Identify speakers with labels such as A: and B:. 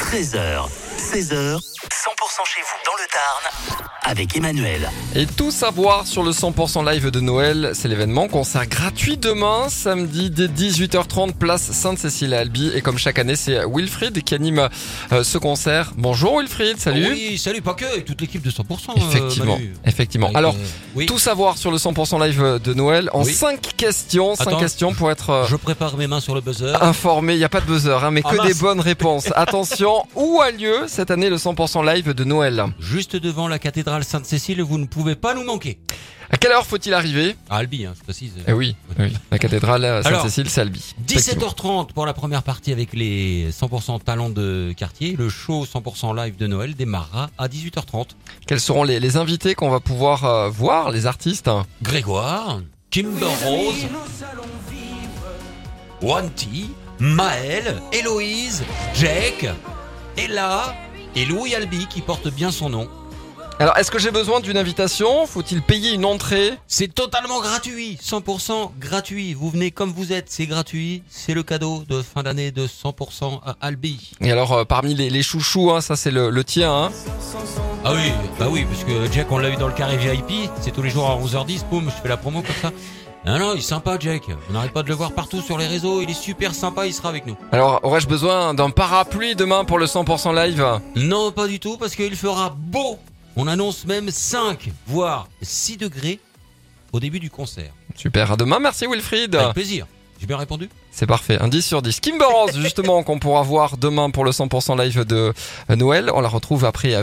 A: 13h, 16h, 100% chez vous dans le Tarn, avec Emmanuel.
B: Et tout savoir sur le 100% live de Noël, c'est l'événement concert gratuit demain, samedi dès 18h30, place Sainte-Cécile à Albi. Et comme chaque année, c'est Wilfried qui anime euh, ce concert. Bonjour Wilfried, salut.
C: Oui, salut, pas que, avec toute l'équipe de 100%. euh,
B: Effectivement,
C: Manu.
B: effectivement.
C: Avec,
B: Alors,
C: euh, oui,
B: tout savoir sur le 100% live de Noël en
C: Oui.
B: 5 questions, 5
C: Attends.
B: questions pour être euh,
C: je prépare mes mains sur le buzzer.
B: informé. Il n'y a pas de buzzer, hein, mais
C: Ah,
B: que des
C: mince.
B: bonnes réponses. Attention, où a lieu cette année le 100% live de Noël
C: Juste devant la cathédrale Sainte-Cécile, vous ne pouvez pas nous manquer.
B: À quelle heure faut-il arriver
C: À Albi, hein, je précise.
B: Eh oui, oui. la cathédrale euh,
C: Alors,
B: Sainte-Cécile, c'est Albi. Effectivement.
C: 17h30 pour la première partie avec les 100% talents de quartier. Le show 100% live de Noël démarrera à 18h30.
B: Quels seront les, les invités qu'on va pouvoir euh, voir, les artistes hein
C: Grégoire, Kimber Rose, Wanty, Maël, Héloïse, Jack, Ella et Louis Albi qui porte bien son nom.
B: Alors, est-ce que j'ai besoin d'une invitation Faut-il payer une entrée
C: C'est totalement gratuit, 100% gratuit. Vous venez comme vous êtes, c'est gratuit. C'est le cadeau de fin d'année de 100% à Albi.
B: Et alors, euh, parmi les, les chouchous, hein, ça c'est le, le tien. hein.
C: Ah oui, bah oui, parce que Jack, on l'a eu dans le carré VIP. C'est tous les jours à 11h10. Boum, je fais la promo comme ça. Non, non, il est sympa, Jack. On n'arrête pas de le voir partout sur les réseaux. Il est super sympa, il sera avec nous.
B: Alors, aurais-je besoin d'un parapluie demain pour le 100% live
C: Non, pas du tout, parce qu'il fera beau. On annonce même 5, voire 6 degrés au début du concert.
B: Super, à demain, merci Wilfried.
C: Avec plaisir. J'ai bien répondu
B: C'est parfait, un 10 sur 10. Kimber Rose, justement, qu'on pourra voir demain pour le 100% live de Noël. On la retrouve après. euh,